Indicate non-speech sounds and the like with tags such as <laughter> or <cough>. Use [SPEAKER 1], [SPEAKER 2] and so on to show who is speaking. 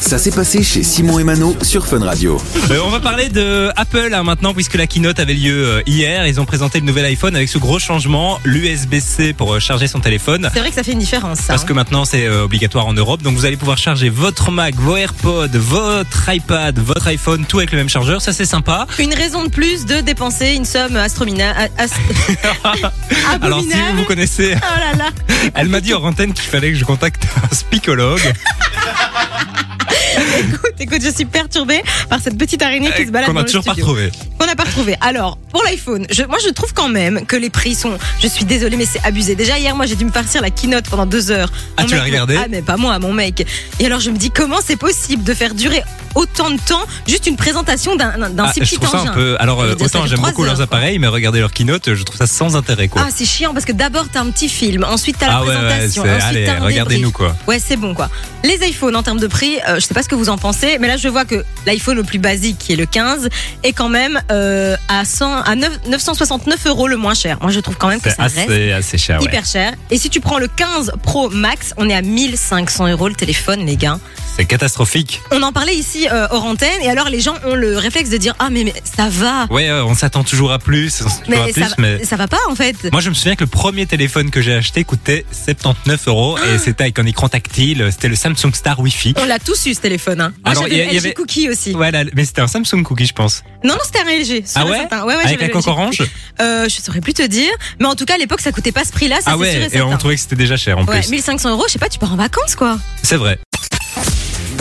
[SPEAKER 1] Ça s'est passé chez Simon et Mano sur Fun Radio.
[SPEAKER 2] Euh, on va parler de Apple hein, maintenant puisque la keynote avait lieu euh, hier. Ils ont présenté le nouvel iPhone avec ce gros changement, l'USB-C pour euh, charger son téléphone.
[SPEAKER 3] C'est vrai que ça fait une différence. Ça,
[SPEAKER 2] Parce
[SPEAKER 3] hein.
[SPEAKER 2] que maintenant c'est euh, obligatoire en Europe, donc vous allez pouvoir charger votre Mac, vos AirPods, votre iPad, votre iPhone, tout avec le même chargeur. Ça c'est sympa.
[SPEAKER 3] Une raison de plus de dépenser une somme astromina... a- as-
[SPEAKER 2] <laughs>
[SPEAKER 3] abominable.
[SPEAKER 2] Alors si vous vous connaissez,
[SPEAKER 3] Oh là là.
[SPEAKER 2] elle m'a dit en antenne qu'il fallait que je contacte <laughs> un spicologue.
[SPEAKER 3] Écoute, écoute, je suis perturbée par cette petite araignée qui se balade
[SPEAKER 2] Eh, qu'on
[SPEAKER 3] dans
[SPEAKER 2] n'a
[SPEAKER 3] le
[SPEAKER 2] toujours pas
[SPEAKER 3] studio.
[SPEAKER 2] retrouvé.
[SPEAKER 3] Qu'on n'a pas retrouvé. Alors, pour l'iPhone, je, moi je trouve quand même que les prix sont. Je suis désolée, mais c'est abusé. Déjà hier, moi j'ai dû me partir la keynote pendant deux heures.
[SPEAKER 2] Ah,
[SPEAKER 3] Mon
[SPEAKER 2] tu l'as
[SPEAKER 3] mec-
[SPEAKER 2] regardé
[SPEAKER 3] Ah, mais pas moi, mon mec. Et alors je me dis, comment c'est possible de faire durer autant de temps juste une présentation d'un d'un- d'un
[SPEAKER 2] Ah,
[SPEAKER 3] si
[SPEAKER 2] je
[SPEAKER 3] petit
[SPEAKER 2] trouve ça
[SPEAKER 3] engin
[SPEAKER 2] un peu. Alors
[SPEAKER 3] Je
[SPEAKER 2] euh,
[SPEAKER 3] veux dire, ça
[SPEAKER 2] autant
[SPEAKER 3] fait
[SPEAKER 2] j'aime
[SPEAKER 3] trois
[SPEAKER 2] beaucoup
[SPEAKER 3] heures,
[SPEAKER 2] leurs
[SPEAKER 3] quoi.
[SPEAKER 2] appareils, mais regarder leur keynote, je trouve ça sans intérêt quoi.
[SPEAKER 3] Ah, c'est chiant parce que d'abord t'as un petit film, ensuite t'as la
[SPEAKER 2] Ah ouais, ouais,
[SPEAKER 3] présentation,
[SPEAKER 2] c'est-
[SPEAKER 3] ensuite
[SPEAKER 2] allez,
[SPEAKER 3] t'as un
[SPEAKER 2] regardez-nous
[SPEAKER 3] débrief.
[SPEAKER 2] quoi.
[SPEAKER 3] Ouais, c'est bon quoi. Les iPhones en termes de prix, euh, je sais pas ce que vous en pensez, mais là je vois que l'iPhone le plus basique qui est le 15 est quand même euh, à 100, à 9 969 euros le moins cher. Moi je trouve quand même que
[SPEAKER 2] C'est
[SPEAKER 3] ça reste
[SPEAKER 2] Ben, assez, assez cher. ouais.
[SPEAKER 3] hyper cher. Et si tu prends le 15 Pro Max, on est à 1500 euros le téléphone les gars.
[SPEAKER 2] C'est catastrophique.
[SPEAKER 3] On en parlait ici euh, hors antenne et alors les gens ont le réflexe de dire ah mais, mais ça va,
[SPEAKER 2] Ouais, euh, on s'attend toujours à plus, on s'attend toujours à
[SPEAKER 3] mais, ça,
[SPEAKER 2] plus, mais.
[SPEAKER 3] ça va pas en fait.
[SPEAKER 2] Moi, je me souviens que le premier téléphone que j'ai acheté coûtait 79 euros
[SPEAKER 3] Ah.
[SPEAKER 2] et c'était avec un écran tactile. C'était le Samsung Star Wi-Fi.
[SPEAKER 3] On l'a tous eu ce téléphone. Hein. Moi
[SPEAKER 2] Alors,
[SPEAKER 3] j'avais
[SPEAKER 2] Ah, il y a-
[SPEAKER 3] le
[SPEAKER 2] il y
[SPEAKER 3] LG
[SPEAKER 2] avait-
[SPEAKER 3] Cookie aussi.
[SPEAKER 2] Voilà, mais c'était un Samsung Cookie, je pense.
[SPEAKER 3] Non, non, c'était un LG. sûr
[SPEAKER 2] Ah
[SPEAKER 3] et
[SPEAKER 2] ouais
[SPEAKER 3] certain. ouais, ouais,
[SPEAKER 2] avec
[SPEAKER 3] j'avais
[SPEAKER 2] la
[SPEAKER 3] le
[SPEAKER 2] coque
[SPEAKER 3] LG.
[SPEAKER 2] orange.
[SPEAKER 3] Euh, Je saurais plus te dire. Mais en tout cas, à l'époque, ça coûtait pas ce prix-là.
[SPEAKER 2] Ah
[SPEAKER 3] Ça, c'est sûr et
[SPEAKER 2] ouais, et
[SPEAKER 3] certain.
[SPEAKER 2] on trouvait que c'était déjà cher en
[SPEAKER 3] Ouais,
[SPEAKER 2] plus.
[SPEAKER 3] 1500 euros, je sais pas, tu pars en vacances quoi.
[SPEAKER 2] C'est vrai.